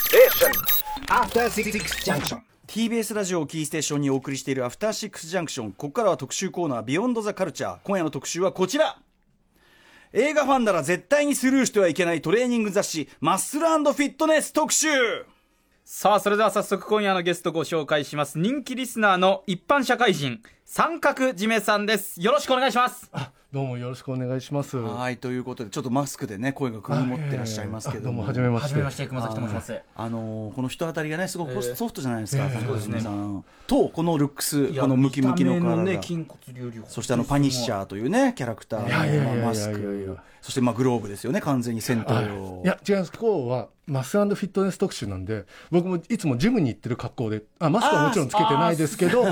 Station. After Six Junction. TBS ラジオをキーステーションにお送りしているアフターシックスジャンクションここからは特集コーナービヨンドザカルチャー今夜の特集はこちら映画ファンなら絶対にスルーしてはいけないトレーニング雑誌マッスルフィットネス特集さあ、それでは早速今夜のゲストご紹介します。人気リスナーの一般社会人、三角締めさんです。よろしくお願いします。どうもよろしくお願いします。はいということでちょっとマスクでね声がくぐもってらっしゃいますけどどうもも初めまして。て、熊崎と申します。あのーこの人当たりがねすごくソフトじゃないですか、田中そうですねさんとこのルックスこのムキムキの体そしてあのパニッシャーというねキャラクタいやいーやのいやまいあやマスいやいクやそしてまあグローブですよね完全に戦闘用いや違います。今日はマスフィットネス特集なんで、僕もいつもジムに行ってる格好で、あマスクはもちろんつけてないですけど、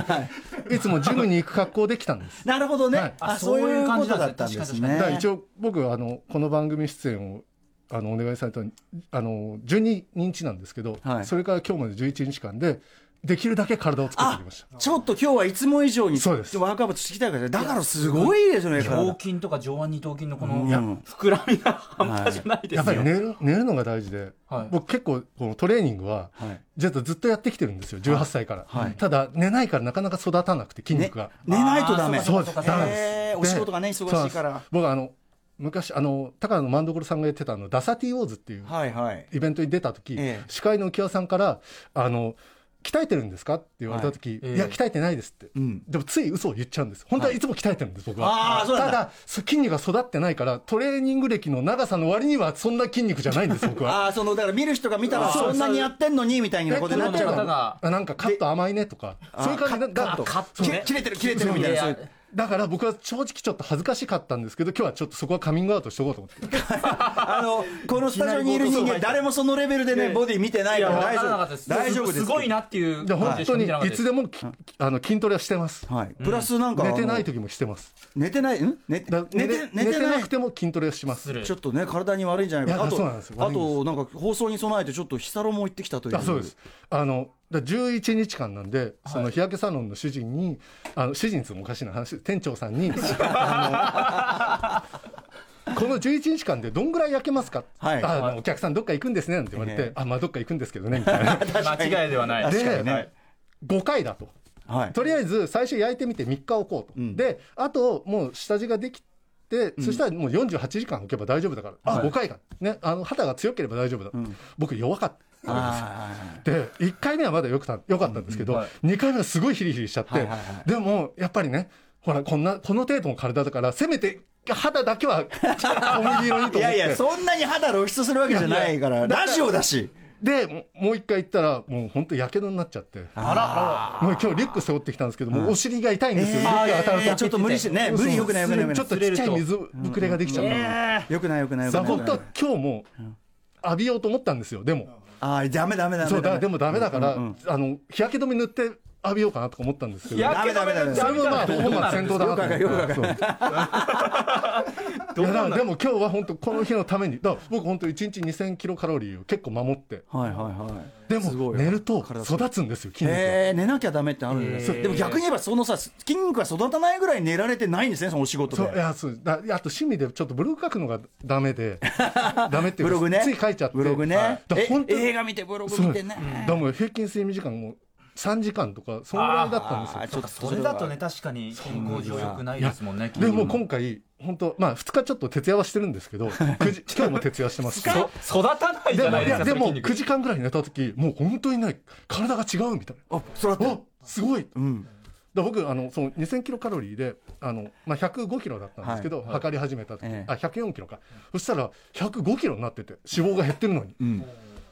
いつもジムに行く格好で来たんです。なるほ どね、はいあそういうことだったんですねだから一応僕あのこの番組出演をあのお願いされたのあの12日なんですけど、はいそれから今日まで11日間でできるだけ体を作ってあきました。ちょっと今日はいつも以上にそうですワークアップしてきたからだからすごいですね体胸筋とか上腕二頭筋のこのうん膨らみが半端じゃないですやよ。っぱり寝る寝るのが大事で、はい僕結構このトレーニングは、はいずっとずっとやってきてるんですよ18歳から、はいただ寝ないからなかなか育たなくて筋ね肉が、寝ないとダメあーそうそでうすかそうダかへメでーすお仕事がね忙しいからそうなんです僕あの昔あの高野万所さんがやってたあのダサティウォーズっていうはいはいイベントに出た時、ええ司会の浮輪さんからあの鍛えてるんですかって言われた時、はいい、ええや鍛えてないですって、うんでもつい嘘を言っちゃうんです本当はいつも鍛えてるんです、僕あはーそうなんだただ筋肉が育ってないからトレーニング歴の長さの割にはそんな筋肉じゃないんです 僕はああそのだから見る人が見たらそんなにやってんのにみたいなことになっちゃうえか方らがあなんかカット甘いねとかそういう感じだだとカットきね切れてる切れてるみたいなそういうだから僕は正直ちょっと恥ずかしかったんですけど今日はちょっとそこはカミングアウトしとこうと思ってあのこのスタジオにいる人間誰もそのレベルでねボディ見てないいからや、わ大から丈なかった夫です。大丈夫ですすごいなっていう。で本当にいつでも。もきあの筋トレはしてますはいプラスなんか寝てないと時もしてます寝てないん寝てだ寝寝てて寝寝ててなないくても筋トレしますするちょっとね体に悪いんじゃないかいやあとそうなんですよあ悪いんとでなんか放送に備えてちょっとヒサロも行ってきたというあそうですあのだ11日間なんでその日焼けサロンの主人に、あの主人っつうのもおかしいな話店長さん にあのこの11日間でどんぐらい焼けますか、はいあのお客さんどっか行くんですねなんて言われて、ええあまあどっか行くんですけどねみた いな間違いではない。確かにはねい5回だとはいとりあえず最初焼いてみて3日置こうと、んであともう下地ができて、そしたらもう48時間置けば大丈夫だから、あ5回がねあの肌が強ければ大丈夫だ、僕弱かったあで1回目はまだよくたよかったんですけど、うんはい2回目はすごいヒリヒリしちゃって、はいはいはいでもやっぱりねほらこんなこの程度の体だからせめて肌だ けはお水色にと思っーていやいやそんなに肌露出するわけじゃないからラジオだしでももう1回行ったらもう本当やけどになっちゃってあら、もう今日リュック背負ってきたんですけど、もうお尻が痛いんですよ、リュックが当たるちょっと無理してねと無理よくないよくないよくちなょっとちっちゃい水ぶくれができちゃったのいよくないよくないよくさなあい本当は今日も浴びようと思ったんですよでもああダメダメダメそうだでもダメだから、うんうんあの日焼け止め塗って浴びようかなとか思ったんですけいどやダメダメダメそれもまあ本末転倒だなと思ってよくわかるそういやだからでも今日は本当この日のためにだから僕本当1日2000キロカロリーを結構守ってはいはいはいですごいもわ寝ると体育つんですよ筋肉が。えー、寝なきゃダメってあるんです、でも逆に言えばそのさ筋肉が育たないぐらい寝られてないんですねそのお仕事そういでやそうだいやあと趣味でちょっとブログ書くのがダメ でダメっていうブロかグねつい書いちゃってブログね、はいだかえら本当に映画見てブログそう見でてすね、だからもう平均睡眠時間も3時間とかそのぐらいだったんですよあーちょっとそれだとね、確かに健康上良くないですもんね。でも今回、本当、まあ、2日ちょっと徹夜はしてるんですけど、9時今日も徹夜してますし、そ育たない じでゃもないいですやか。でもその筋肉9時間ぐらい寝た時もう本当にない、体が違うみたいあそれだな、ってあすごい、うんだ僕あのその2000キロカロリーであの、まあ、105キロだったんですけど、測り始めた時、ええあ104キロか、そしたら105キロになってて、脂肪が減ってるのに、うん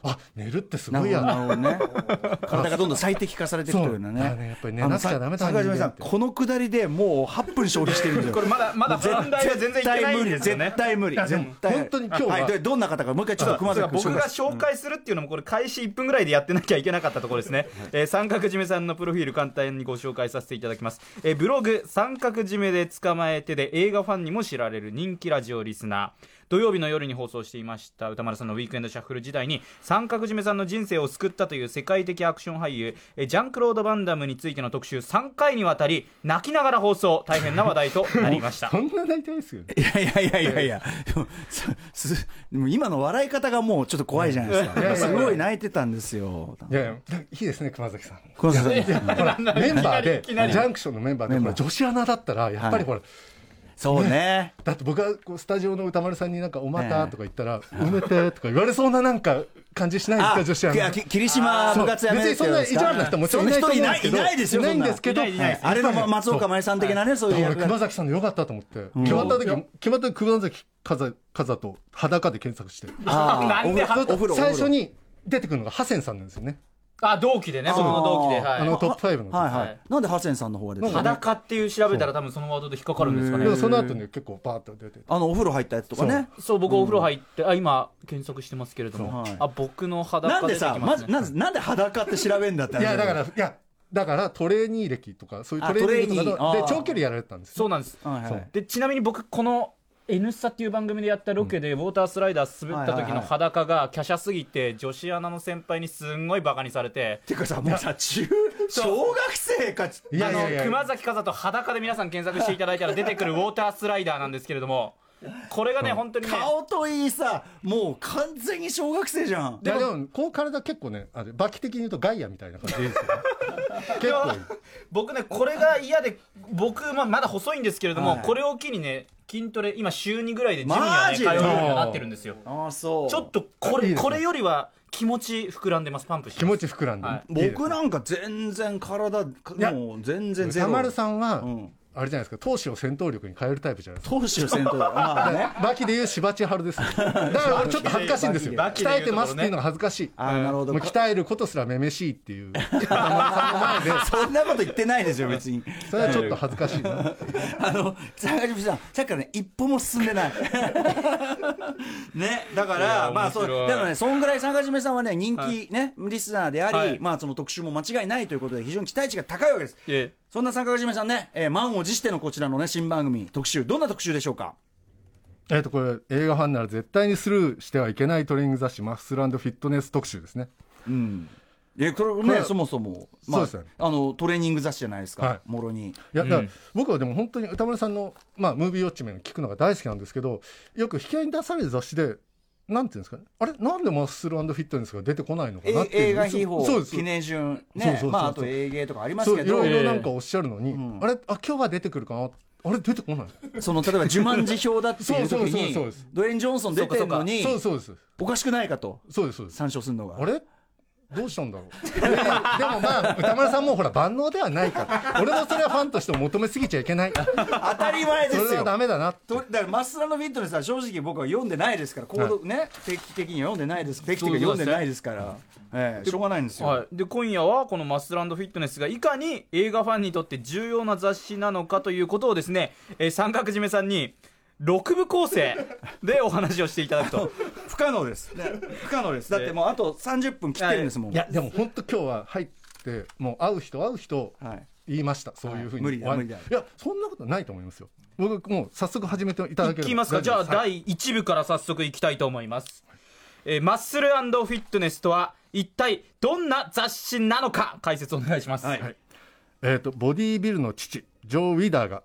あ寝るってすなごいるやほどなな。るほどね 体がどんどん最適化されていくというようなそねうだからねやっぱりねなくちゃダメだあのさ坂島さん人間ってこのくだりでもう8分消費してるんですよこれまだ、まだ本題は全然いけないんですよね。絶対無理いや絶で対も無理絶対本当に今日ははいでどんな方かもう一回ちょっと熊そう崎か君紹僕が介して紹介するっていうのもこれ開始1分ぐらいでやってなきゃいけなかったところですね、えー三角締めさんのプロフィール簡単にご紹介させていただきます、えーブログ「三角締めで捕まえて」で映画ファンにも知られる人気ラジオリスナー土曜日の夜に放送していました歌丸さんのウィークエンドシャッフル時代に三角締めさんの人生を救ったという世界的アクション俳優えジャンクロード・バンダムについての特集3回にわたり泣きながら放送大変な話題となりま したそんな大体ですよねいやいやいやいやいや、でもさすでも今の笑い方がもうちょっと怖いじゃないですいやいか。やいやすごい泣いてたんですよ。いやいやいいですね熊崎さんこのいやほ らメンバーでいジきなりャンクションのメンバーでメンほバーら女子アナだったらやっぱりほらそうね。だって僕はこうスタジオの歌丸さんになんか「おまた」とか言ったら「埋めて」とか言われそうななんか感じしないですか女子アいナやき霧島そ部う別活やめるにそんな意地悪な人はもちろんいないとそん思うんなで人すいけどないいないですよ。いないんですけどいないいないあれのま松岡茉優前さん的なね、そういう俺役熊が。崎さんの良かったと思って決まった時決まった時熊崎風風と裸で検索してなあんではお風呂お風呂最初に出てくるのがハセンさんなんですよねあ同期でねその同期で、はいあのトップ5のあはいははいい。なんでハセンさんの方が出てる裸っていう調べたら多分そのワードで引っかかるんですかねでもその後に結構バーッと出てあのお風呂入ったやつとかね。そう僕お風呂入って、あ今検索してますけれども、そうあ僕の裸なんでさ、出てまきまずすねなんでなんで裸って調べんだって。いやだからいやだからトレーニー歴とかそういうあトレーニトレーとーかニーのあでー長距離やられてたんですそようなんです、はいはいそうでちなみに僕この「N スタ」っていう番組でやったロケで、ウォータースライダー滑ったはいはい時はのい裸が華奢すぎて女子アナの先輩にすんごいバカにされて。てかさ、もうさ、中、小学生か、いやいあやいのや熊崎風と裸で皆さん検索していただいたら出てくるウォータースライダーなんですけれどもこれがね本当にね顔といいさ、もう完全に小学生じゃん。いやでもこの体結構ねあれバキ的に言うとガイアみたいな感じですよね 結構いい僕ねこれが嫌で僕、まあ、まだ細いんですけれども、はいこれを機にね筋トレ今週2ぐらいでジムにはマねジ通うようになってるんですよああ、そう。ちょっとこいれいですねこれよりは気持ち膨らんでますパンプして気ます持ち膨らんではいいいです僕なんか全然体かいやもう全然ゼロ歌丸さんは、うんあれじゃないですか闘志を戦闘力に変えるタイプじゃないですか投手先頭だまあねバキで言う柴千春です よだから俺ちょっと恥ずかしいんですよバキで言う鍛えてますっていうのが恥ずかしいあーなるほもどう鍛えることすらめめしいって いう歌丸さんの前でそんなこと言ってないですよ別にそれはちょっと恥ずかしいなあの坂上さんさっきからね一歩も進んでない ねだかいやらーまあ面白そいうだからねそんぐらい坂上さんはね人は気ねリスナーであり、はいまあその特集も間違いないということで非常に期待値が高いわけですええそんな坂上さんね、えー、満を持してのこちらのね新番組特集どんな特集でしょうかえっとこれ映画ファンなら絶対にスルーしてはいけないトレーニング雑誌マッスルフィットネス特集ですねうん。え、これこね、れそもそも、そうですよねあの、トレーニング雑誌じゃないですか、はいもろに。いやだからうん僕はでも本当に歌丸さんの、まあ、ムービーウォッチメンを聞くのが大好きなんですけどよく引き合いに出される雑誌でなんていうんですかねあれなんでマッスルフィットネスが出てこないのかなえっていう映画秘宝そうで、す記念順、そうねそうそ、うまあ、あと映芸とかありますそうけいろどい、えろえなんかおっしゃるのに、あれあ今日は出てくるかなあれ出てこないその、例えば、呪文字表だっていう時そうそうそうそうにです、ドエン・ジョンソン出てるのにそ、うそうですおかしくないかと、そうですそうです参照するのが。あれどうしたんだろうえーでもまあ歌丸さんもほら万能ではないから俺もそれはファンとしても求めすぎちゃいけない当たり前でそすれはよ。ダメだなとだからマスラのフィットネスは正直僕は読んでないですから、行動ね、定期的には読んでないです、定期的には読んでないですから、ええしょうがないんですよ。はい、で今夜はこのマスランドフィットネスがいかに映画ファンにとって重要な雑誌なのかということをですね、えー三角締めさんに6部構成でお話をしていただくと不可能です、ね不可能です、だってもうあと30分切ってるんですもん。いやでも本当今日は入ってもう会う人会う人はい言いましたそういうふうはいに、無理だお会い無理だいやそんなことないと思いますよ僕もう早速始めていただければいきますかじゃあ大丈夫です第1部から早速いきたいと思います、えーマッスルフィットネスとは一体どんな雑誌なのか解説お願いします、はいはいえー、とボディービルの父ジョー・ウィダーが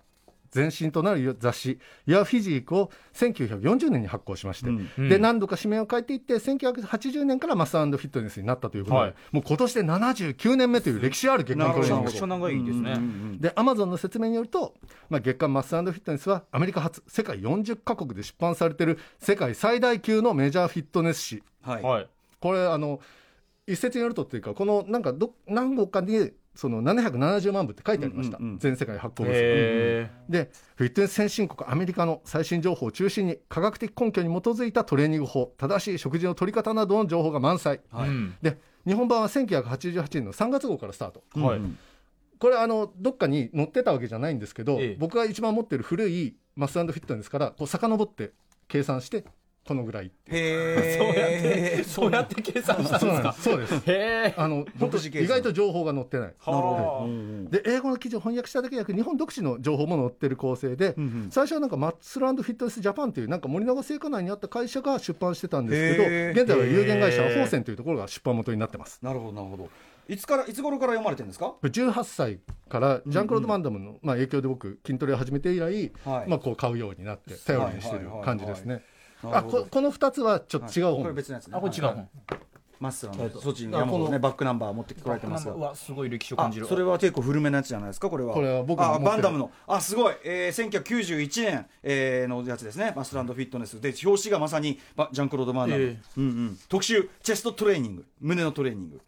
前身となる雑誌「Your Physique」を1940年に発行しまして、うんで何度か紙面を変えていって1980年からマスフィットネスになったということで、はいもう今年で79年目という歴史ある月間トレーニンめグちゃくちゃ長いですね、うんうんうんでアマゾンの説明によると、まあ、月間マッスフィットネスはアメリカ初世界40カ国で出版されている世界最大級のメジャーフィットネス誌はい。はいこれあの一説によるとっていうかこのなんかど何号かにその770万部って書いてありました、うんうんうん全世界発行部数えでフィットネス先進国アメリカの最新情報を中心に科学的根拠に基づいたトレーニング法正しい食事の取り方などの情報が満載、ーうんで日本版は1988年の3月号からスタートはいこれあのどっかに載ってたわけじゃないんですけど、ええ僕が一番持ってる古いマスフィットネスからこう遡って計算してこのぐらいっていうへえ。そうやって計算したんそうですなんかですそうですへえあの本独当自計算意外と情報が載ってないはあで英語の記事を翻訳しただけじゃなく日本独自の情報も載ってる構成で、最初はなんかマッツルフィットネスジャパンというなんか森永製菓内にあった会社が出版してたんへですーけど現在は有限会社へー宝泉というところが出版元になってますなるほど、なるほど。いつから、いつ頃から読まれてるんですか18歳からジャンクロード・マンダムの、まあ、影響で僕筋トレを始めて以来、はいまあ、こう買うようになって頼りにしてる感じですはいはね、いはいはいなるほどあここの2つはちょっと違うこ本れ別のやつね。あこれ違うはい本マッスラの、そっちに山本ね、バックナンバー持ってこられてますが。わすごい歴史をあ感じるそれは結構古めのやつじゃないですかこれはこれは僕あが持ってるバンダムのあすごい、えー、1991年、えーのやつですねマスランドフィットネスで表紙がまさにばジャンクロード・バンダム、ええうんうん、特集チェストトレーニング胸のトレーニング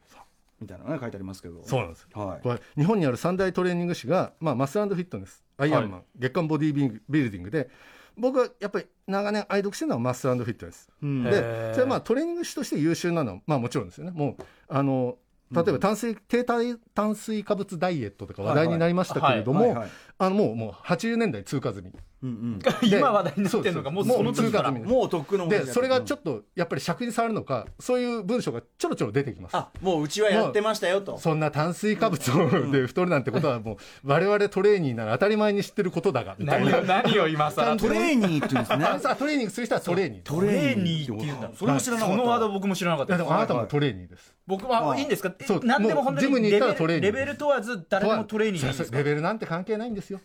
みたいなのが書いてありますけどそうなんですはい、これ日本にある三大トレーニング誌が、まあ、マスフィットネスアイアンマン、月刊ボディービルビルディングで僕はやっぱり長年愛読してるのはマスフィットネスうんへーでそれはまあトレーニング誌として優秀なのは、まあ、もちろんですよねもうあの例えば炭水、低体炭水化物ダイエットとか話題になりましたけれどはいもはいはいあのもうもう80年代通過済みうんで今話題になってるのがもうその時からもううん、通過済みですもうとっくのでそれがちょっとっとやっぱり尺に触るのかそういう文章がちょろちょろ出てきますあもううちはやってましたよとそんな炭水化物を で太るなんてことはもう我々トレーニーなら当たり前に知ってることだがみたい何なを何を今さらトレーニーっていうんです ねあさトレーニングする人はトレーニートトレーニーっていうんだそれも知らなかったそのワード僕も知らなかっいやたでですもあなたもトレーニーです僕はああいいんですかえそう何でも本当もうジムににレ行ったベらトレーニルングレベル問わず誰でもトレーニーでいいんですそうかレベルなんて関係ないんですよ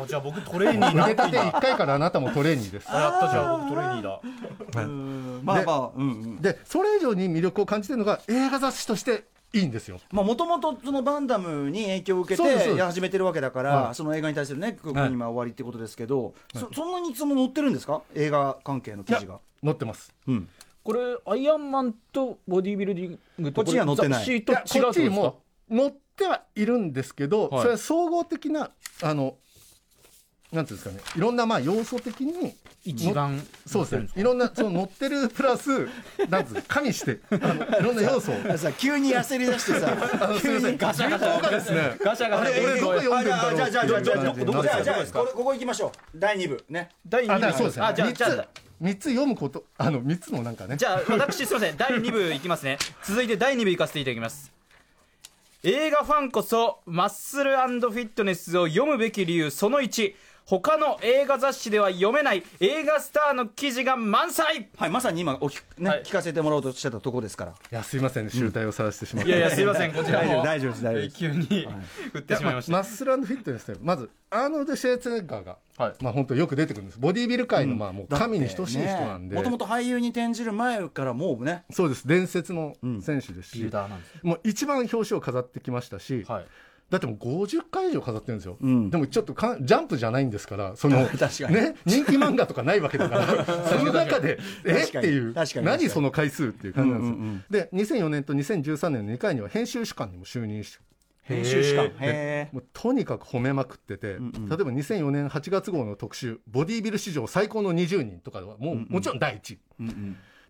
あじゃあ僕トレーニーになっ腕ていい立んて1だ回からあなたもトレーニ ーですあやったじゃあ僕トレーニーだまあまあうんうんでそれ以上に魅力を感じてるのが映画雑誌としていいんですよまあ、もともとそのバンダムに影響を受けそうですそてうです始めてるわけだから、はいその映画に対するね、国に今終わりってことですけど、そそんなにいつも載ってるんですか、映画関係の記事が。載ってますうん、これアイアンマンとボディビルディングとこっちには載ってない雑誌いと違うやってここっとでちすかも載ってはいるんですけど、はいそれは総合的なあのなんていうんですかねいろんなまあ要素的に一番そうですね。いろんな、その乗ってるプ ラス、なんつう、加味して、あのいろんな要素を。さ急に焦り出してさ、 急にガシャガシャですねガシャガシャあれ俺どこ読んでんだろうじゃあじゃあじゃあじゃあじゃあどこじゃあじゃどこあですかこれここ行きましょう第二部ね第あ、 2だから部そうですね。あじゃあ三じゃあつ、三つ読むこと、あの、三つのなんかね。じゃあ私すいません第2部いきますね続いて第2部いかせていただきます映画ファンこそマッスルフィットネスを読むべき理由その1他の映画雑誌では読めない映画スターの記事が満載はいまさに今お聞,、ねはい聞かせてもらおうとしてたとこですからいや、すいませんね、集大をさらしてしまっいて。やいやすいませんこちらも大丈夫大丈夫です大丈夫です急に振ってしまいましたマッスルフィットネスでまずアーノルド・シェーツェネッガーが、はいまあ本当よく出てくるんですボディビル界のまあもう神に等しい人なんで、もともと俳優に転じる前からもうねそうです伝説の選手ですし、ダーなんですもう一番表紙を飾ってきましたし、はいだってもう50回以上飾ってるんですよ、んでもちょっとかジャンプじゃないんですからその確かにね、人気漫画とかないわけだからその中でえっ確てかにいう確かに何その回数っていう感じなんですよ、で2004年と2013年の2回には編集主幹にも就任して編集士官でへえもうとにかく褒めまくってて、例えば2004年8月号の特集「ボディビル史上最高の20人」とかはもう、もちろん第一位、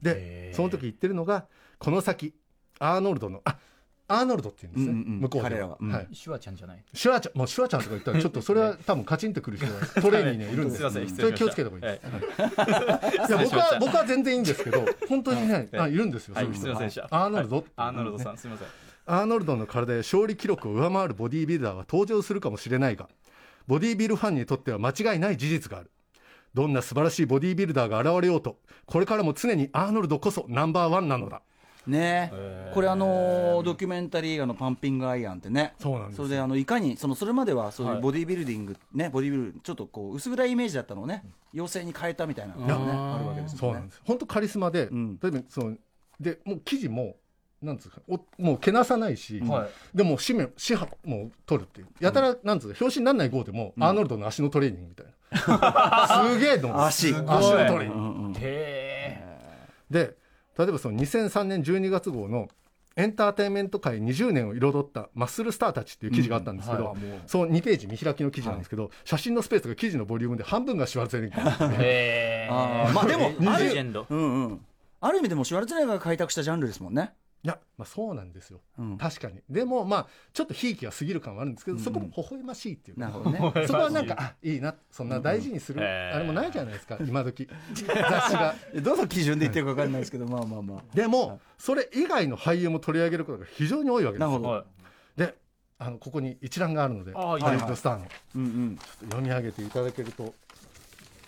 でその時言ってるのがこの先アーノルドのあアーノルドって言うんですね、うんうんうん向こうで彼らはうんはい、シュワちゃんじゃないシュワちゃん、もうシュワちゃんとか 言ったら、ちょっとそれは多分カチンとくる人がトレーニーにはいるんですすいよません失そ礼れし気をまつしけた方がいいです。たはいい失や、僕礼しましたは、僕は全然いいんですけど、本当にね、あいるんですよ。はいそういう人すいませんでしたアーノルド。アーノルドさんすいませんアーノルドの体や勝利記録を上回るボディービルダーは登場するかもしれないが、ボディービルファンにとっては間違いない事実がある。どんな素晴らしいボディービルダーが現れようと、これからも常にアーノルドこそナンバーワンなのだ。ねこれあのードキュメンタリー映画の「パンピングアイアン」ってねそうなんですよれであのいかにそのそれまではそういはいうボディービルディング、ねボディービルちょっとこう薄暗いイメージだったのをね妖精に変えたみたいなのがねあるわけですそうもんなんねです。本当カリスマで、ん例えばそのでもう記事もなんつうかおもうけなさないし、はでも紙面紙派も取るっていうやたらなんつうか表紙にならない号でも、アーノルドの足のトレーニングみたいな、すげえの足 足のトレーニングへで例えばその2003年12月号のエンターテインメント界20年を彩ったマッスルスターたちっていう記事があったんですけど、その2ページ見開きの記事なんですけど、写真のスペースが記事のボリュームで半分がシュワルツェネッガーえへえあーまあでもレジェンドうんうんある意味でもシュワルツェネッガーが開拓したジャンルですもんねいや、まあ、そうなんですよ、うん確かにでもまあちょっとひいきが過ぎる感はあるんですけど、そこも微笑ましいっていうかなるほどね。そこはなんかあいいなそんな大事にする、うんうんあれもないじゃないで すか今時雑誌がどの基準で言ってるか分かんないですけど、まあまあまあ。でもそれ以外の俳優も取り上げることが非常に多いわけでなするほよど。はであのここに一覧があるのであーいいハリウッドスターの、うんうん。読み上げていただけると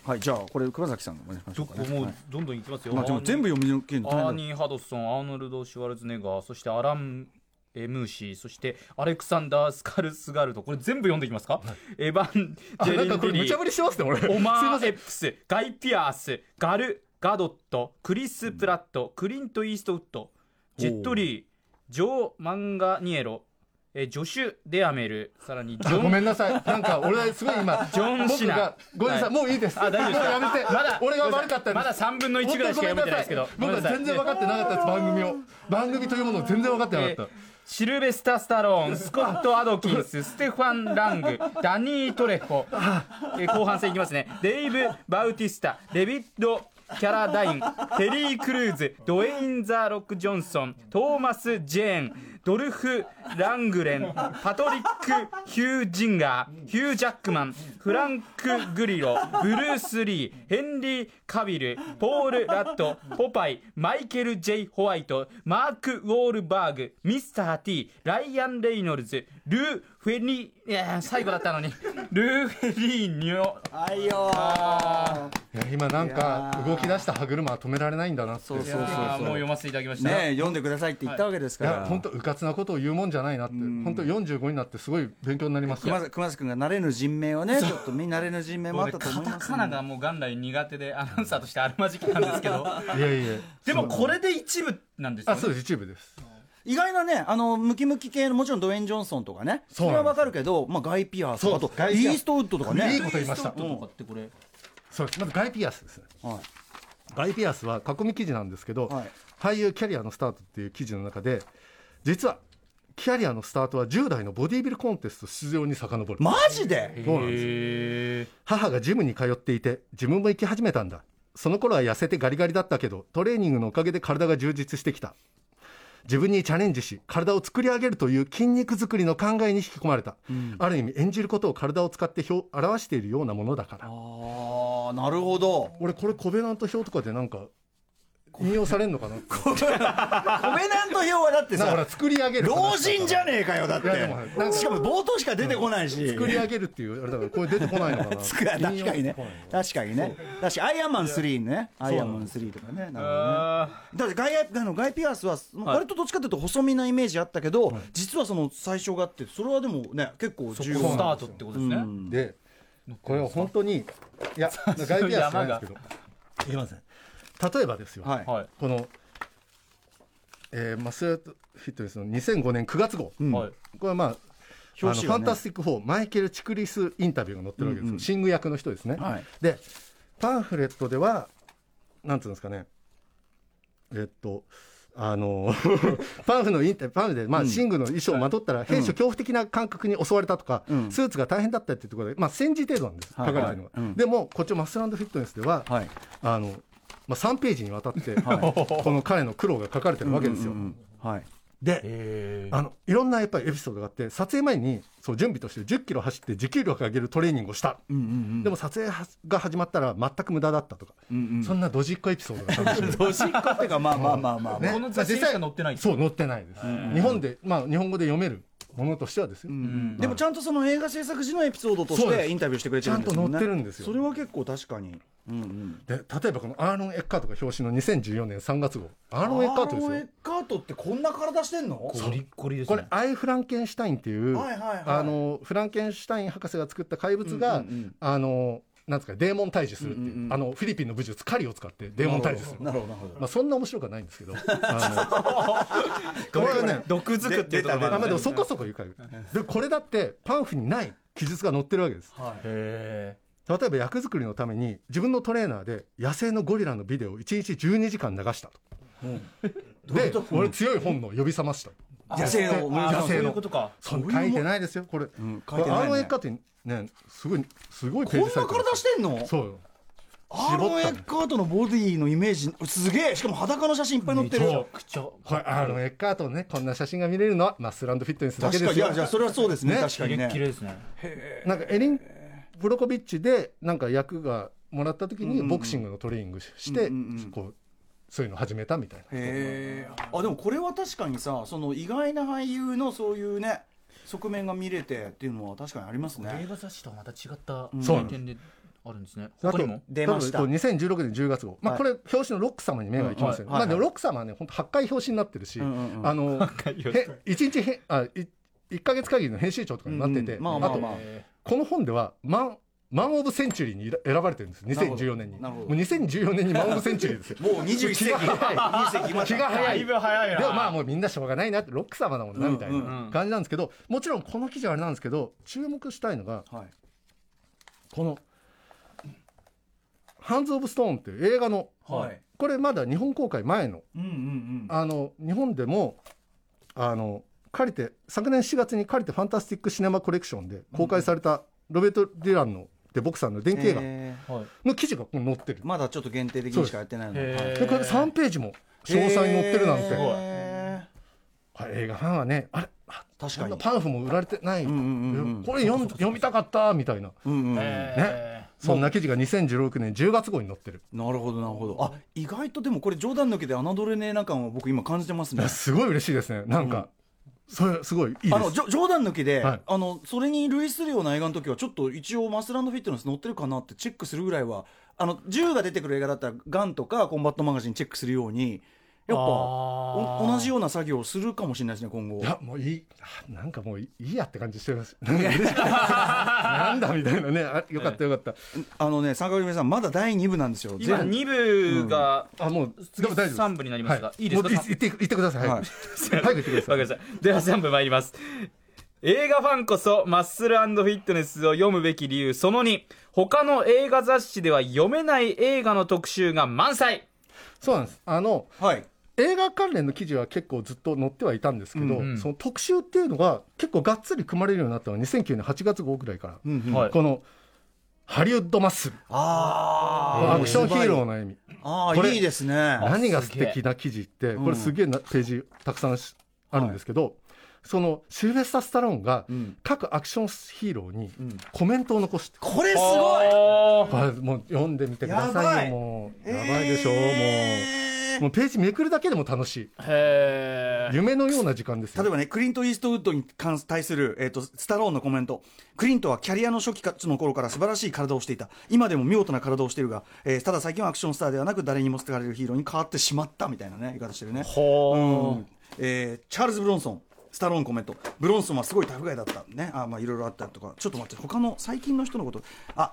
はい、じゃあ、これ、熊崎さんがお願いしまいしょどうこかね。もはういどんどんいきますよ、まあ、でも全部読み抜けるのアー大変ニー・ハドソン、アーノルド・シュワルツェネガー、そしてアラン・えームーシー、そしてアレクサンダー・スカルスガルド、これ全部読んでいきますか、エヴァン・あジェなんリかン・こデれ無リ茶ーぶ、りしてますね俺オすマいまー・せエんプス、ガイ・ピアース、ガル・ガドット、クリス・プラット、クリント・イーストウッド、ジェット・リー、ジョー・マンガニエロ、えージョシュ・デアメル、さらにジあごョめン・んなさいなんか俺すごい今ジョンシ僕ナがごめんなさい、はいもういいですあ大丈夫ですかもうやめてまだ俺が悪かったんですまだ3分の1ぐらいしか読めてないですけど僕は全然分かってなかったです番組を番組というものを全然分かってなかった、えーシルベスタ・スタローン、スコット・アドキンス、ステファン・ラング、ダニー・トレホ、えー後半戦いきますね、デイブ・バウティスタ、デビッド・キャラダイン、テリー・クルーズ、ドウェイン・ザ・ロック・ジョンソン、トーマス・ジェーン、ドルフ・ラングレン、パトリック・ヒュー・ジンガー、ヒュー・ジャックマン、フランク・グリロ、ブルース・リー、ヘンリー・カビル、ポール・ラット、ポパイ、マイケル・ J ・ホワイト、マーク・ウォールバーグ、ミスター・ T、ライアン・レイノルズ、ルー・フェリー、いや最後だったのに、 ルー・フェリーニョ、はいよーいや今なんいやかー動き出した歯車は止められないんだなってそうそうそうあーもうそう。読ませていただきました。ねえ読んでくださいって言ったわけですいかやら。本当うかつなことを言うもんじゃないなって本当45になってすごい勉強になりました熊崎熊崎君が慣れぬ人名をね、ちょっとみんな慣れぬ人名もあったと思いカタますカナがもう元来苦手でアナウンサーとしてあるまじきなんですけどいやいやでもこれで一部なんですよ、あね、そうです一部です意外なねあのムキムキ系のもちろんドウェイン・ジョンソンとかねそそうれはなんですわかるけど、まあ、ガイ・ピアースそうあとガイイピアーースストウッドとかいねいこと言いましたとかってこれそうですまずガイピアスですねはいガイピアスは囲み記事なんですけど、はい俳優キャリアのスタートっていう記事の中で実はキャリアのスタートは10代のボディビルコンテスト出場に遡る、マジでそうなんですよへ母がジムに通っていて自分も行き始めたんだその頃は痩せてガリガリだったけどトレーニングのおかげで体が充実してきた自分にチャレンジし体を作り上げるという筋肉作りの考えに引き込まれた、ある意味演じることを体を使って表表しているようなものだからああなるほど俺これコベナント表とかでなんか引用されるのか なってコベナント表はだってなんかほさら作り上げる老人じゃゃねえかよだっいやでもなんてかしかも冒頭しか出てこないし、作り上げるっていうあれだからこれ出てこないの かなつく確か引用にね来ないの確かにね確かにアイアンマン3ねアイアンマン3とかねなるほどねだってガイアあのガイピアスはい割とどっちかというと細身なイメージあったけど、実はその最初があってそれはでもね結構重ー要スタなートってことですね、うんでこれは本当にいや外部やじゃないですけどいけません例えばですよ、はい、はい、この、えーマスヤトフィットネスの2005年9月号、うんはいこれはまああの表紙フがァねンタスティック4マイケル・チクリスインタビューが載ってるわけですよ、うんうんシング役の人ですね、はいでパンフレットではなんていうんですかねえっとあの パンフのインタパンフで、まあ、シングの衣装をまとったら、兵所恐怖的な感覚に襲われたとか、うんスーツが大変だったっていうところで、まあ、戦時程度なんです、はい書かれてるのは、はいうんでもこっちのマスランドフィットネスでは、はいあの、まあ、3ページにわたって、この彼の苦労が書かれてるわけですよ。うんうんうんはいでへーあのいろんなやっぱりエピソードがあって撮影前にそう準備として1 0キロ走って持久力上げるトレーニングをした、うんうんでも撮影はが始まったら全く無駄だったとか、うんうんそんなドジっ子エピソードが多 分どしっこってかまあまあまあまあ、まあねこの雑誌にしか載ってないそう載ってないです、日本で、まあ、日本語で読めるものとしてはですよ、うんでもちゃんとその映画制作時のエピソードとそしうでてすインタビューしてくれてるんですもねちゃんと載ってるんですよそれは結構確かにうんうんで例えばこのアーロン・エッカートが表紙の2014年3月号アーロン・エッカートですアロよンエッカートってこんな体してんのゴリッゴリですこねれ「アイ・フランケンシュタイン」っていう、はいはいはいあのフランケンシュタイン博士が作った怪物が、うんうんうんあのなんですかデーモン退治するってういう、んうんうんあのフィリピンの武術狩りを使ってデーモン退治するなるほどなるほどまあ、そんな面白くはないんです けどあのこれはね毒づくっていうところまあまあででもそこそこ愉快でこれだってパンフにない記述が載ってるわけですへ例えば役作りのために自分のトレーナーで野生のゴリラのビデオを1日12時間流したと。で俺強い本能を呼び覚ました野生のーあ野あそう生いうのことかそん書いてないですよこれ、ん書こいれてないねアーロン・エッカーってねすごいすごいペこんージな体してんのそうよあのエッカートのボディのイメージすげえしかも裸の写真いっぱい載ってるくちゃこれあのエッカートのねこんな写真が見れるのはマッスルフィットネスだけ確かにですいよやじゃあそれはそうですねね確かにねキレですねなんかエリン・ブロコビッチでなんか役がもらった時にボクシングのトレーニングして、うんうんうんこうそういうの始めたみたいな。へーあでもこれは確かにさその意外な俳優のそういうね側面が見れてっていうのは確かにあります映ね画雑誌とはまた違ったそうなんです点であるんですねあ他とにも出ました多分こう2016年10月号、まあ、はいこれ表紙のロック様に目がいきますよね、はいはいはいまあ、でもロック様はね本当8回表紙になってるし、うんうんうんあのへ1日へあい1か月限りの編集長とかになってて、うんうんまあまあまあとこの本ではマンマン・オブ・センチュリーに選ばれてるんでするほど2014年になるほどもう2014年にマン・オブ・センチュリーですよもう21世紀気が早い21世紀いまし気たが早いぶ早いでもまあもうみんなしょうがないなってロック様だもんなみたいうんうんうんな感じなんですけどもちろんこの記事はあれなんですけど注目したいのがはいこの「ハンズ・オブ・ストーン」っていう映画のはいこれまだ日本公開前のうんうんあの日本でもあの借りて昨年4月に借りてファンタスティック・シネマ・コレクションで公開されたロベルト・ディランのでボクさんの電うん気映画へーの記事がここに載ってる、まだちょっと限定的にしかやってないのそうですへーはいでこれ3ページも詳細に載ってるなんて、へーへあ映画ファンはねあれあー確こかんなにパンフも売られてない、うんうんうんうんこれ読み読みたかったみたいなうんうんうんえそんな記事が2016年10月号に載ってるなるほどなるほどあ意外とでもこれ冗談抜きで侮れねえな感を僕今感じてますいねやすごい嬉しいですねなんか、それすごいいいですあのじょ冗談抜きで、はいあのそれに類するような映画の時はちょっと一応マスランドフィットネス載ってるかなってチェックするぐらいはあの銃が出てくる映画だったらガンとかコンバットマガジンチェックするようにやっぱあおー同じような作業をするかもしれないですね今後いやもういいあなんかもういいやって感じし てますなんか嬉しいなんだみたいなねあよかったよかったあのね坂上さんまだ第2部なんですよ今全2部があもう次三部になりますがいいですかもういいっていってくださいははい い早く言ってくださわいかりました。では3部参ります。映画ファンこそマッスルフィットネスを読むべき理由その2他の映画雑誌では読めない映画の特集が満載そうなんですあのはい映画関連の記事は結構ずっと載ってはいたんですけど、うんうんその特集っていうのが結構がっつり組まれるようになったのは2009年8月号くらいから、うんうんはいこのハリウッドマッスルあーアクションヒーローの意味あこあれいいですね何がす素げえ敵な記事ってうんこれすげえなページたくさんしあるんですけど、そのシルベスタ・スタローンがうん各アクションヒーローにんコメントを残して、これすごいおーこれもう読んでみてくだやばさいいよもうやばいでしょ、えーもうもうページめくるだけでも楽しいへー夢のような時間ですよ例えばね、クリント・イーストウッドに関対する、えー、とスタローンのコメント、クリントはキャリアの初期かの頃から素晴らしい体をしていた、今でも見事な体をしているが、えーただ最近はアクションスターではなく、誰にも好かれるヒーローに変わってしまったみたいなね、言い方してるね。ほーえーチャールズ・ブロンソン、スタローンコメント、ブロンソンはすごいタフガイだった、ね、あーまあいろいろあったとか、ちょっと待って、他の最近の人のこと、あ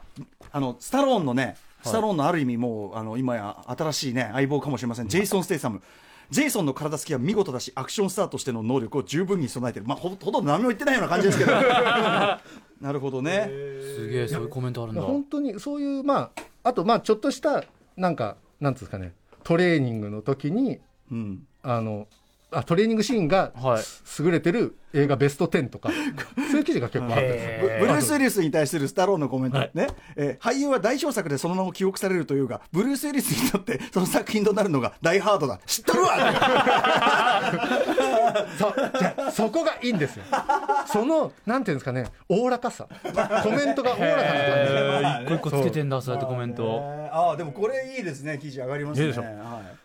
あのスタローンのね、スタローンのある意味、もうあの今や新しい、ね、相棒かもしれません、ジェイソン・ステイサム。ジェイソンの体つきは見事だし、アクションスターとしての能力を十分に備えてる、まあ、ほほとんど何も言ってないような感じですけど、なるほどね、すげえそういうコメントあるんだ本当にそういうまああとまあちょっとしたなんかなんつうんですかねトレーニングの時にうん、あのあトレーニングシーンがはい優れてる映画ベスト10とか、そういう記事が結構あったんですよブブルーへス・ウィリスに対するスタローンのコメント、はいねえー俳優は代表作でそのまま記憶されるというが、ブルース・ウィリスにとってその作品となるのがダイ・ハードだ、知っとるわそうじゃあそこがいいんですよそのなんていうんですかねおおらかさコメントがおおらかな感ーじ一個一個つけてんだそうやってコメントああ、でもこれいいですね、記事上がりますね。いいでしょはい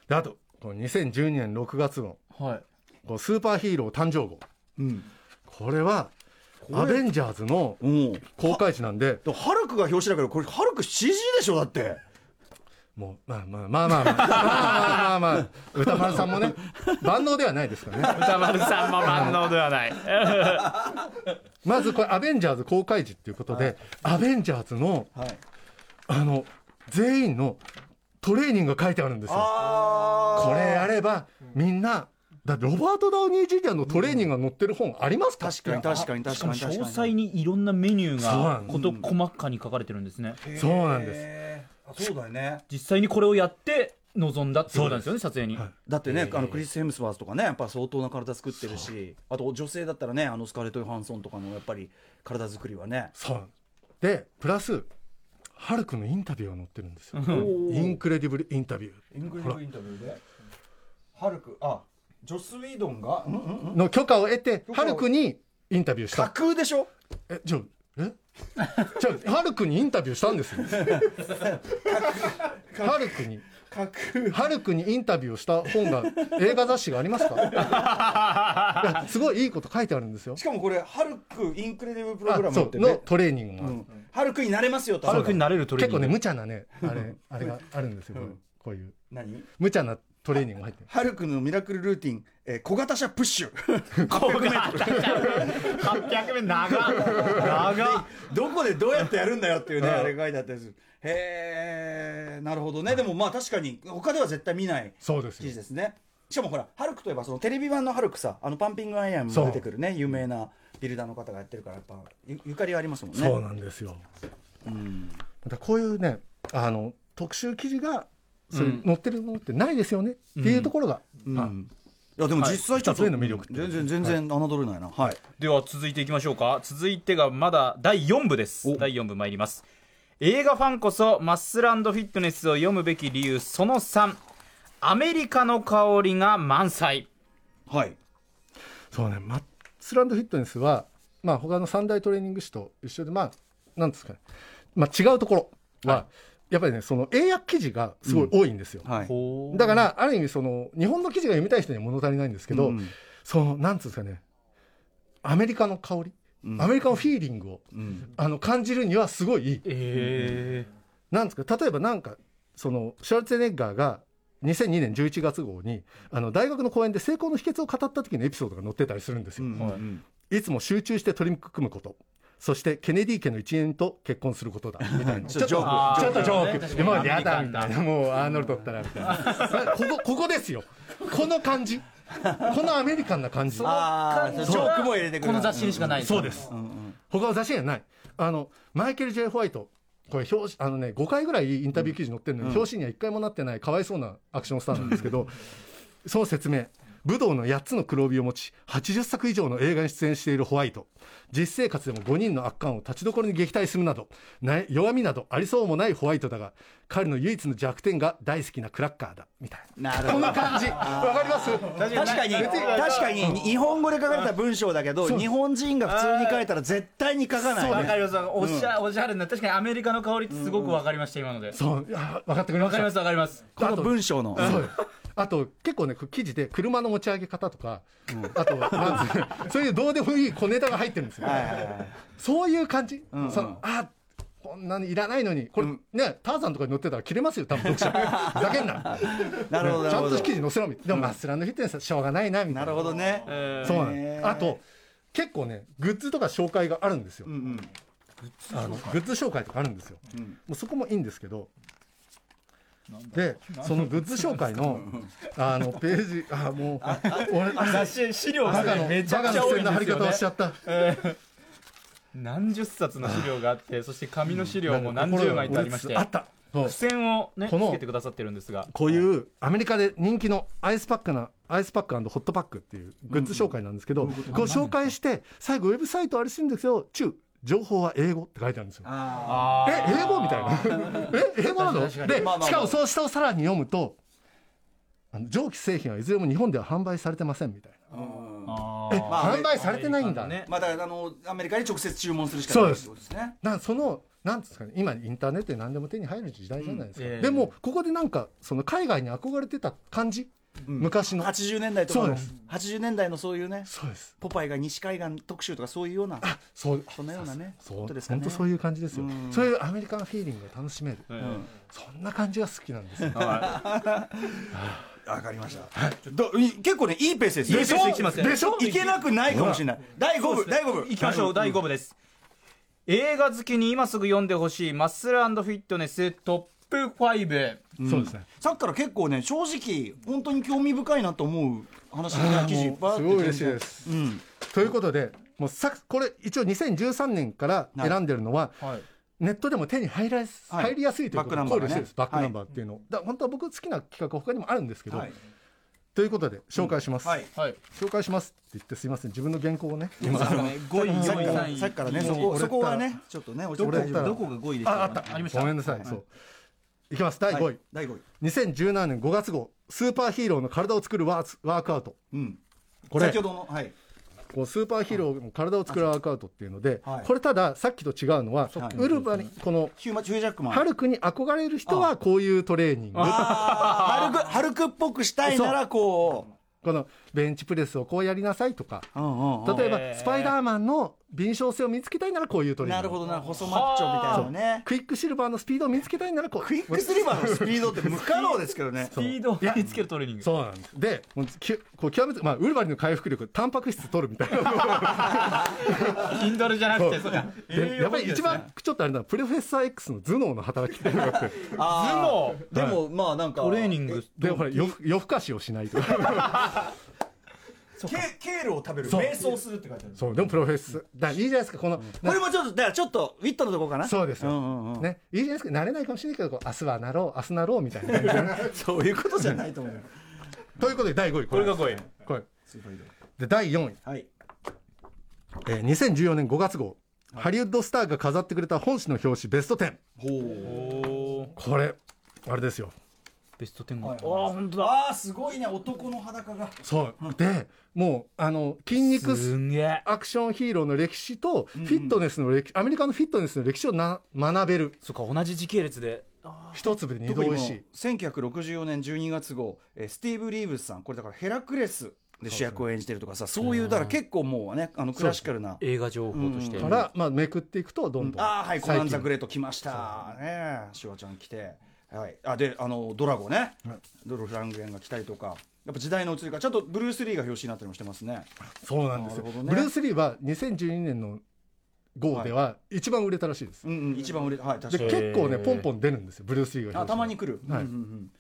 であとこの2012年6月のはいこうスーパーヒーロー誕生号うんこれはれアベンジャーズのうん、で公開時なんでもハルクが表紙だけど、これ、ハルク CG でしょ、だって。もうまあまあまあまあまあまあまあまあまあ歌丸さんもね万能ではないですからね歌丸さんも万能ではないまずこれアベンジャーズ公開時っていうことでアベンジャーズのはい、あの全員のトレーニングが書いてあるんですよあこれやればみんなだってロバート・ダウニー・ジュニアのトレーニングが載ってる本ありますか、確かに確かに確かに確かに詳細にいろんなメニューそうがなん事細かに書かれてるんですねそうなんですですそうだよね実際にこれをやって臨んだってことなんですよね撮影に、だってね、あのクリス・ヘムスワーズとかねやっぱ相当な体作ってるしあと女性だったらねあのスカーレット・ヨハンソンとかのやっぱり体作りはねそうでプラスハルクのインタビューが載ってるんですよ。インクレディブルインタビュイングリッドインタビューでハルクあジョス・ウィードンが、うんうん、ーの許可を得て許、可ハをルクにインタビューし架た。空でしょえ、じゃあ、えじゃあ、ハルクにインタビューしたんですよ。ハルクに。架空ハルクにインタビューをした本が映画雑誌がありま すかいやすごいいいこと書いてあるんですよし。かもこれハルクインクレディブルプログラあムそっうてのねトレーニングがあうる、んハルクになれますよとハルクになれるトレー結ニン構グね無茶なねあれあれがあるんですよ、うんこういう何無茶なトレーニングが入ってるハルクのミラクルルーティン、えー小型車プッシ ュ 800m 800面長っ長っどこでどうやってやるんだよっていうねあれが書いてあったりするへえなるほどねでもまあ確かに他では絶対見ないそうです記よ事ですねしかもほらハルクといえばそのテレビ版のハルクさあのパンピングアイアンも出てくるね有名なビルダーの方がやってるからやっぱゆゆかりはありますもんねそうなんですようんまたこういうねあの特集記事がそれ載ってるものってないですよね、っていうところが、うんあいやでもはい実際ちょっとそういうの魅力って全然全然侮れないなはい では続いていきましょうか続いてがまだ第4部です第4部参ります映画ファンこそマッスルフィットネスを読むべき理由その3アメリカの香りが満載はいそうねマッスランドフィットネスはまあ他の三大トレーニング誌と一緒でまあなんですかね、まあ、違うところは、やっぱりねその英訳記事がすごい多いんですよ、はいほだからある意味その日本の記事が読みたい人には物足りないんですけど、うんそのなんつうんですかねアメリカの香り、うんアメリカのフィーリングを、うんあの感じるにはすごいいいえなんですか例えばなんかそのシュワルツェネッガーが2002年11月号にあの大学の講演で成功の秘訣を語った時のエピソードが載ってたりするんですうよ、んはいうんいつも集中して取り組むことそしてケネディ家の一員と結婚することだみたいなちょっとジョーあーちょっとジョねーク、確かもにうやだみたいな、もうアーノルドったらみたいな、ここここですよ、この感じ、このアメリカンな感じ、クああジョークも入れてくるこの雑誌にしかないそうです、うんうん他は雑誌にはない、あのマイケル・ J ・ホワイト、これ表紙あの、ね、5回ぐらいインタビュー記事載ってるのに、表紙には1回もなってない、かわいそうなアクションスターなんですけど、その説明。武道の8つの黒帯を持ち80作以上の映画に出演しているホワイト実生活でも5人の悪漢を立ちどころに撃退するなどな弱みなどありそうもないホワイトだが彼の唯一の弱点が大好きなクラッカーだみたいななるこほんどな感じわかります確かに確かに日本語で書かれた文章だけど日本人が普通に書いたら絶対に書かないわかねりますおっしゃおっしゃるんだ確かにアメリカの香りってすごくわかりました今のでそうあ分かってくれまわしかりたますわかりますこの文章のそうあと結構ねこう記事で車の持ち上げ方とか、あとなんつうのそういうどうでもいい小ネタが入ってるんですよ、はいはいはいそういう感じ、んうんそのあこんなにいらないのにこれ、ねターザンとかに載ってたら切れますよ多分読者 ふざけんななるほどなちるゃほんどと記事載せろみたいなでもマッスラのフィットネスはしょうがないなみたいななるほどねそうなへんーあと結構ねグッズとか紹介があるんですよ、うんうんあのグッズ紹介とかあるんですよ、んもうそこもいいんですけどでそのグッズ紹介のあのページあもう俺雑誌資料バカのめちゃバくカちゃの多線いんので張りすよ方をねしちゃった何十冊の資料があってそして紙の資料も何十枚とありましてあったそう付箋をねこのつけてくださってるんですがこういうアメリカで人気のアイスパックなアイスパックホットパックっていうグッズ紹介なんですけど、こう紹介して最後ウェブサイトあれするんですけど中情報は英語って書いてあるんですよああえ英語みたいな え英語なの確かに確かにで、まあまあまあしかもそうしたをさらに読むとあの蒸気製品はいずれも日本では販売されてませんみたいーうんな、まあ販売されてないんだ、ねまあだからあのアメリカに直接注文するしかないってことですねなんかそのなんですかね今インターネットで何でも手に入る時代じゃないですか、うんええでもここでなんかその海外に憧れてた感じ、昔の80年代とかそうのです80年代のそういうねそうですポパイが西海岸特集とかそういうようなそうそんなようなねそうことですか本ね当そういう感じですよ、うんそういうアメリカンフィーリングが楽しめる、えうんそんな感じが好きなんですよわかりました。どい結構ねいいペースですよ。いいペースで来てますねでしょいけなくないかもしれない。第五部、第五部いきましょう第5部です映画好きに今すぐ読んでほしいマッスルフィットネストップ5そうですねさっきから結構ね正直本当に興味深いなと思う話がね記事いっぱいあって。もうすごい嬉しいですうん。ということでもうさこれ一応2013年から選んでるのは、はいネットでも手に入らす、はい入りやすいということバックナンバーね考慮してるんですバックナンバーっていうの、だから本当は僕好きな企画は他にもあるんですけど、はい。ということで紹介します、はいはい。紹介しますって言ってすいません自分の原稿をね今あのね5位さっき4位から3位さっきからねもうそこ俺そこはねちょっとねこ大丈夫どどここが5位でしたあったありました。ごめんなさい、そういきます第5位、はい第5位2017年5月号スーパーヒーローの体を作るワーツワークアウトうんこれ先ほどのはいこうスーパーヒーローも体を作るワークアウトっていうので、はいこれたださっきと違うのは、はいウルヴァにこのヒューマヒュージャックマンハルクに憧れる人はこういうトレーニングあーハルクハルクっぽくしたいならここのベンチプレスをこうやりなさいとかううんうんうん例えばスパイダーマンの敏捷性を見つけたいならこういうトレーニンなグるほどな細マッチョみたいなのねクイックシルバーのスピードを見つけたいならこうクイックスリバーのスピードって無可能ですけどねスピードを身につけるトレーニングそうなんですでもうきこう極めて、まあ、ウルヴァリンの回復力タンパク質取るみたいな インドルじゃなくて、そうか。でやっぱり一番ちょっとあれだなプロフェッサー X の頭脳の働きっていうのがあって あーでもまあなんかトレーニングでほら夜ふ夜更かしをしない とかケケールを食べるそう瞑想するって書いてある。そうでもプロフェッサーだいいじゃないですかこの、これもちょっとだからちょっとウィットのとこかなそうですよ、んうんうんね、いいじゃないですか慣れないかもしれないけどこう明日はなろう明日なろうみたいな感じでねそういうことじゃないと思うよということで第5位ここれが5位これで第4位、はいえー2014年5月号、ハリウッドスターが飾ってくれた本誌の表紙ベスト10ほこれあれですよベスト10が、うああ本当だあーすごいね男の裸がそうでもうあの筋肉すんげえアクションヒーローの歴史とフィットネスの歴史、アメリカのフィットネスの歴史をな学べるそうか同じ時系列で一粒で二度特に美もう味しい1964年12月号、えースティーブ・リーブスさんこれだからヘラクレスで主役を演じてるとかさそう,、いうだから結構もうねあのクラシカルな映画情報として、うから、まあ、めくっていくとどんどん、ああはいコナン・ザ・グレレート来ましたねシュワちゃん来てはいあであのドラゴね、ドルフ・ラングエンが来たりとかやっぱ時代の移りがちょっとブルース・リーが表紙になったりもしてますねそうなんですよ、なるほどねブルース・リーは2012年の号では一番売れたらしいです、うんうん一番売れたはい確かでに結構ねポンポン出るんですよブルース・リーがあ表た紙まにに来る、はいうんうんうん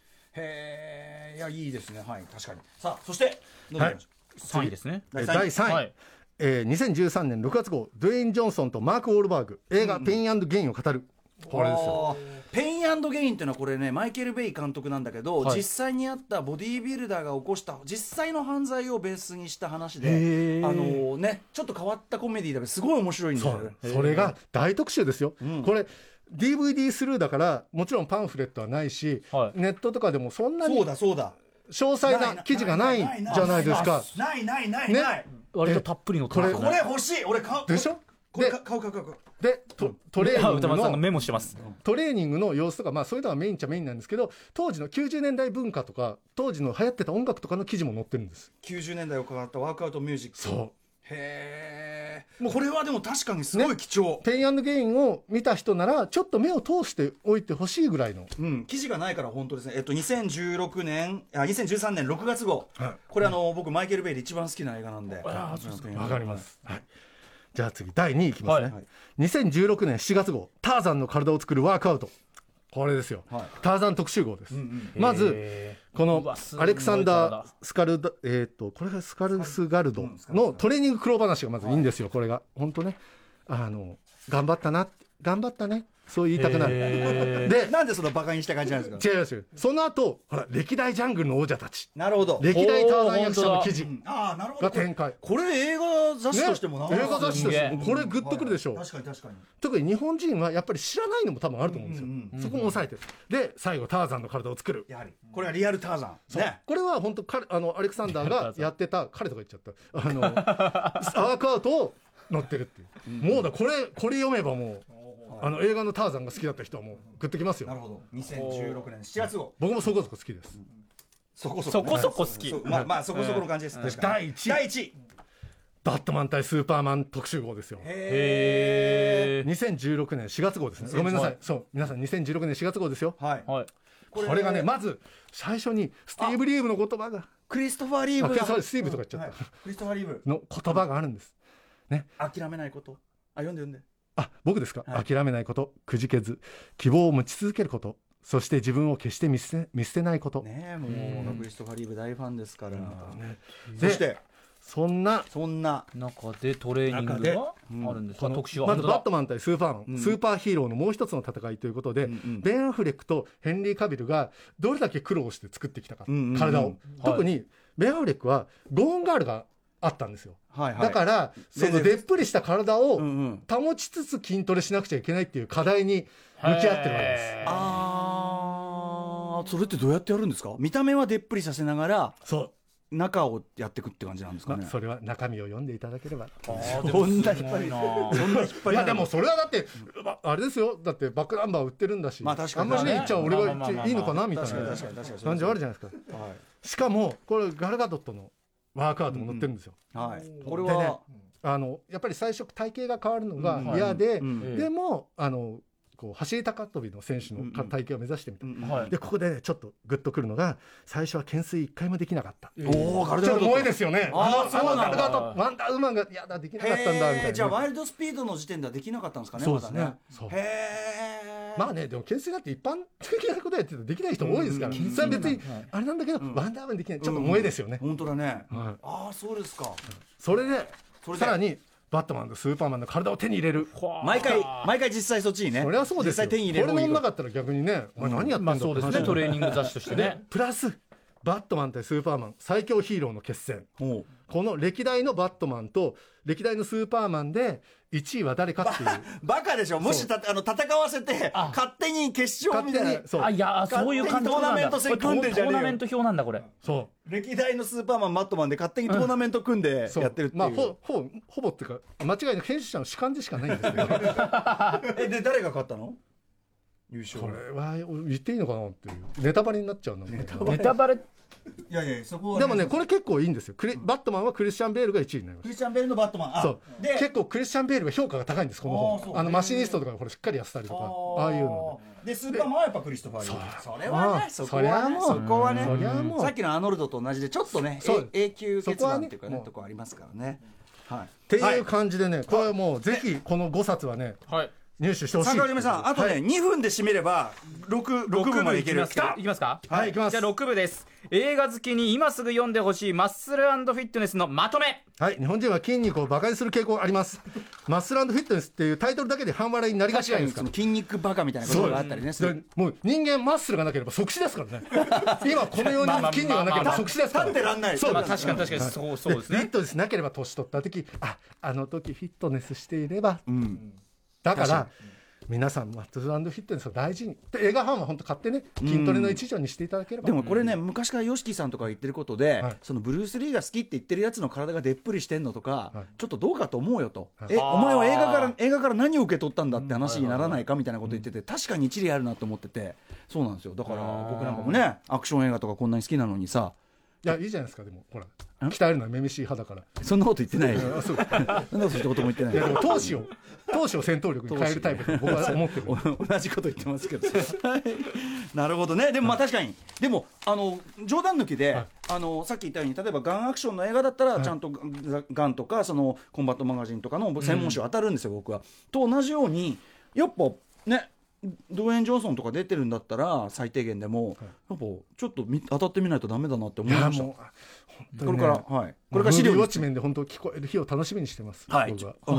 へえいやいいですねはい確かにさあそしてどうぞはい3位ですねえー第第三3位位、はいえー2013年6月号ドゥエイン・ジョンソンとマーク・ウォールバーグ映画「ペインゲイン」を語るこれですよあーペインゲインっていうのはこれねマイケル・ベイ監督なんだけど、実際にあったボディービルダーが起こした実際の犯罪をベースにした話であの、ね、ちょっと変わったコメディーだけどすごい面白いんですそよねうそれが大特集ですよ、これ DVD スルーだからもちろんパンフレットはないし、はいネットとかでもそんなそうに詳だそうだ細な記事がないじゃないですかないないないねない、割とたっぷりのこれこれ欲しい俺買うでしょこれでか買う買う買うでトトレあーニン歌丸さんグがのメモしてますトレーニングの様子とか、まあ、そういうのはメインっちゃメインなんですけど当時の90年代文化とか当時の流行ってた音楽とかの記事も載ってるんです90年代を伺ったワークアウトミュージックそうへえこれはでも確かにすごい貴重、ペインゲインを見た人ならちょっと目を通しておいてほしいぐらいのうん、記事がないから本当ですね、えっと、2016年あ2013年6月号、これあの、僕マイケル・ベイで一番好きな映画なんでわわかります、はい、じゃあ次第2位いきますね、はい2016年7月号「ターザンの体を作るワークアウト」これですよ、はいターザン特集号です、んまずえこうのわすごいアレクサンダ体ー・スカルダえっ、とこれがスカルスガルドのトレーニング苦労話がまずいいんですよこれが本当ねあの頑張ったな頑張ったねそう言いたくなる、でなんでそのバカにした感じなんですか違いますよその後ほら歴代ジャングルの王者たちなるほど、歴代ターザン役者の記事ああなるほどが展開これ映画雑誌としてもなね、映画雑誌としてすもこれグッとくるでしょう、確かに確かに特に日本人はやっぱり知らないのも多分あると思うんですよ、うんうんそこも抑えてるで最後ターザンの体を作るやはりこれはリアルターザンねこれは本当彼あのアレクサンダーがやってた彼とか言っちゃった あのアークアウトを乗ってるっていう、もうだこれこれ読めばもうあの映画のターザンが好きだった人はもうグッときますなるよほど2016年7月号僕もそこそこ好きです、そこそそねこそこ好きそうまあまあそこそこの感じです確かに第一位第1位バットマン対スーパーマン特集号ですよへ2016年4月号ですねごめんなさい、そう皆さん2016年4月号ですよえはいーはいこれがねまず最初にスティーブ・リーブの言葉がクリストファー・リーブあクリストファースティーブとか言っちゃったはいクリストファー・リーブの言葉があるんです諦めないことあ読んで読んであ僕ですか、はい諦めないことくじけず希望を持ち続けることそして自分を決して見捨て見捨てないこと、ねえもうクリストファー・リーブ大ファンですからそでしてそんなそんな中でトレーニングがあるんですか特集はまず本当バッだトマン対スーパーマン、うんスーパーヒーローのもう一つの戦いということで、んベン・アフレックとヘンリー・カビルがどれだけ苦労して作ってきたか、うんうんうん体を、はい特にベン・アフレックはゴーンガールがあったんですよ、はいはいだからそ全の然でっぷりした体をうんうん保ちつつ筋トレしなくちゃいけないっていう課題に向き合ってるわけですへーあーそれってどうやってやるんですか見た目はでっぷりさせながらそう中をやっていくって感じなんですかまあね、それは中身を読んでいただければあーでそもんなす引っご張りいなそんな引っ張いりやでもそれはだって、まあれですよだってバックナンバー売ってるんだし、まあ確かにんまりねまあね言っちゃ俺まあまあがまあまあいいのかなみたい確かにな確かに確かに感じはあるじじゃないですゃかん、はしかもこれガルガドットのワークアウトも載ってるんですよ、いはい、これでねは、あのやっぱり最初体型が変わるのうんが嫌で、うんうんでもあのこう走り高跳びの選手のかうん体型を目指してみた、うんうんはいでここでねちょっとグッとくるのが最初は懸垂一回もできなかった、おおガルちダょっルドと萌えですよねあーのそうなんだガルガドットワンダーウーマンがいやだできなかったんだみたいへなーじゃあワイルドスピードの時点ではできなかったんですかねそうですねまだねそうへえまあねでも懸垂だって一般的なことやってるとできない人多いですから、それは別にあれなんだけど、ワンダーマンできないちょっと萌えですよね、本当だね、はいああそうですかそれでそれでさらにバットマンとスーパーマンの体を手に入れる毎回毎回実際そっちにねそれはそうです実際よ手に入れるこれ乗んなかったら逆にねお前何やってんまだあってそう話になでるすねトレーニング雑誌としてねプラスバットマン対スーパーマン最強ヒーローの決戦おうこの歴代のバットマンと歴代のスーパーマンで1位は誰かっていうバカでしょもしたあの戦わせて勝手に決勝みたいなそうあいや勝手にそういう感じトーナメントそう戦なんだこ組んでれんトじゃーねえよナメント表なんだこれそう歴代のスーパーマンマットマンで勝手にトーナメント組んでそうやってるっていう、まあほほほぼっていうか間違いなく編集者の主観でしかないんですけど こえで誰が勝ったの優勝れは言っていいのかなっていうネタバレになっちゃうなネタバレいやいやそこはね、でもねこれ結構いいんですよクリバットマンはクリスチャン・ベールが1位になりましたクリスチャン・ベルのバットマンあそうで結構クリスチャン・ベールが評価が高いんですこのあー本そうあのマシニストとかこれしっかりやってたりとかああいうのでスーパーマンはやっぱクリストファー・リーそれはあねあそこはねそりゃもうそこはねそりゃもうさっきのアーノルドと同じでちょっとねそうえ永久欠そこは番ねっていうかねもうとこありますからねはいでっていう感じでねこれはもうぜひこの5冊はねはい入手してほしい坂上さんあとね2分で締めれば6部までいけるいきますかいきますかはいいきますじゃあ6部です映画好きに今すぐ読んでほしいマッスルフィットネスのまとめはい日本人は筋肉をバカにする傾向がありますマッスルフィットネスっていうタイトルだけで半笑いになりが確ちじゃかないにですそかの筋肉バカみたいなことがあったりねするでもう人間マッスルがなければ即死で すからね今この世に筋肉がなければ即死ですから立ってらんないそうまあです確かに確かにそうそうですフィッねトネスなければ年取った時ああの時フィットネスしていればうんだから皆さんマットフィットネスを大事にで映画ファンは本当買ってね筋トレの一助にしていただければでもこれね、昔から YOSHIKI さんとかが言ってることで、はいそのブルース・リーが好きって言ってるやつの体がでっぷりしてんのとか、はいちょっとどうかと思うよと、はいえお前は映画から映画から何を受け取ったんだって話にならないかみたいなこと言ってて、確かに一理あるなと思っててそうなんですよだから僕なんかもねアクション映画とかこんなに好きなのにさいやいいじゃないですかでもほら鍛えるのはめめしい派だ からそんなこと言ってないよ いやそそうんなこと一言も言ってないいやでも投資を投資を戦闘力に変えるタイプだと僕は思ってるお 同じこと言ってますけどはいなるほどねでもまあ確かに、でもあの冗談抜きで、はいあのさっき言ったように例えばガンアクションの映画だったら、ちゃんとガガンとかそのコンバットマガジンとかの専門誌を当たるんですよ、僕は。と同じようにやっぱねドウェイン・ジョンソンとか出てるんだったら最低限でも、やっぱちょっと見当たってみないとダメだなって思いいやましたもう本当こにれねから、はい、これから資ムー料ビーウォにッチ面で本当聞こえる日を楽しみにしてますはい、僕はあ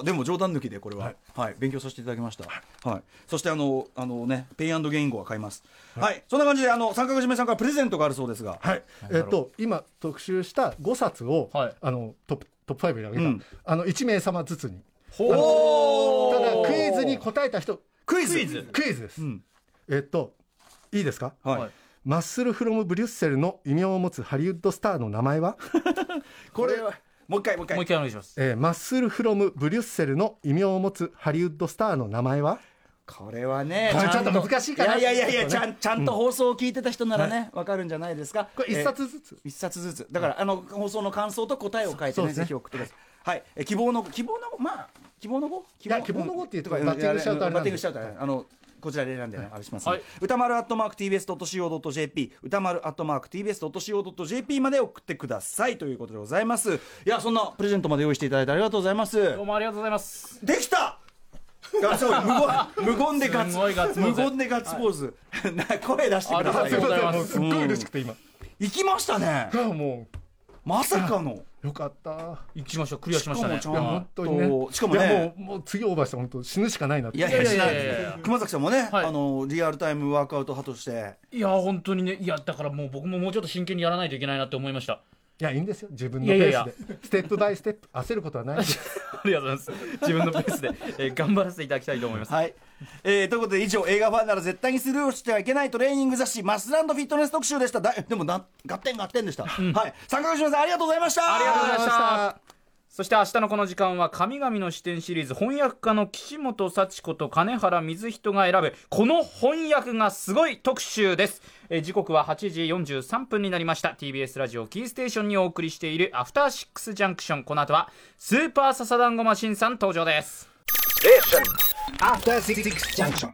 のあでも冗談抜きでこれは、はい勉強させていただきました、はい、そしてあのあの、ね、ペイアンドゲイン後は買います、はいそんな感じであの三角締めさんからプレゼントがあるそうですが、はい、えっと今特集した5冊を、はいあのトップトップ5に挙げうた、んあの1名様ずつにほただクイズに答えた人クイズクイズクイズです、んえっといいですかはいはいマッスル・フロム・ブリュッセルの異名を持つハリウッドスターの名前は、これはもう一回もう一回もう一回お願いしますえーマッスル・フロム・ブリュッセルの異名を持つハリウッドスターの名前はこれはねこれんちょっと難しいかないやいやいやいやちゃんちゃんと放送を聞いてた人ならね、わかるんじゃないですかこれ1冊ずつ、一冊ずつだから、あの放送の感想と答えを書いてそうねですねぜひ送ってくださいはいえ希望の希望のまあ希望の語希いや希望の語って言うとバッティングしちゃうとあれバッティなんでングしちゃうとあれあのこちらで選んでね、あれします、はい歌丸アットマーク TBS.CO.JP 歌丸アットマーク TBS.CO.JP まで送ってくださいということでございますいやそんなプレゼントまで用意していただいてありがとうございますどうもありがとうございますできたあそう無言無言でガッすごいガッツツポー無ズ言でガッツポーズ、な声出してくだあさりいがとうございますすっごい嬉しくて今、行きましたねああもうまさかのよかった。行きましたクリアしましたねしかいもや、本当にね。しかもねいやもう、もう次オーバーしたら本当死ぬしかないなって。いやいやしないいやいやいや熊崎さんもね、はいあのリアルタイムワークアウト派としていや本当にねいやだからもう僕ももうちょっと真剣にやらないといけないなって思いましたいや、いいんですよ。自分のいペやーいスやいで。やステップバイステップ。焦ることはないです。ありがとうございます自分のペースで、えー頑張らせていただきたいと思いますはい、えーということで以上映画ファンなら絶対にスルーしてはいけないトレーニング雑誌マスランドフィットネス特集でしただいでもなガッテンガッテンでした、はい参加島さんありがとうございました ありがとうございましたあそして明日のこの時間は神々の視点シリーズ翻訳家の岸本幸子と金原瑞人が選ぶこの翻訳がすごい特集です、えー時刻は8時43分になりました TBS ラジオキーステーションにお送りしているアフターシックスジャンクションこの後はスーパーササダンゴマシンさん登場です After Six Junction.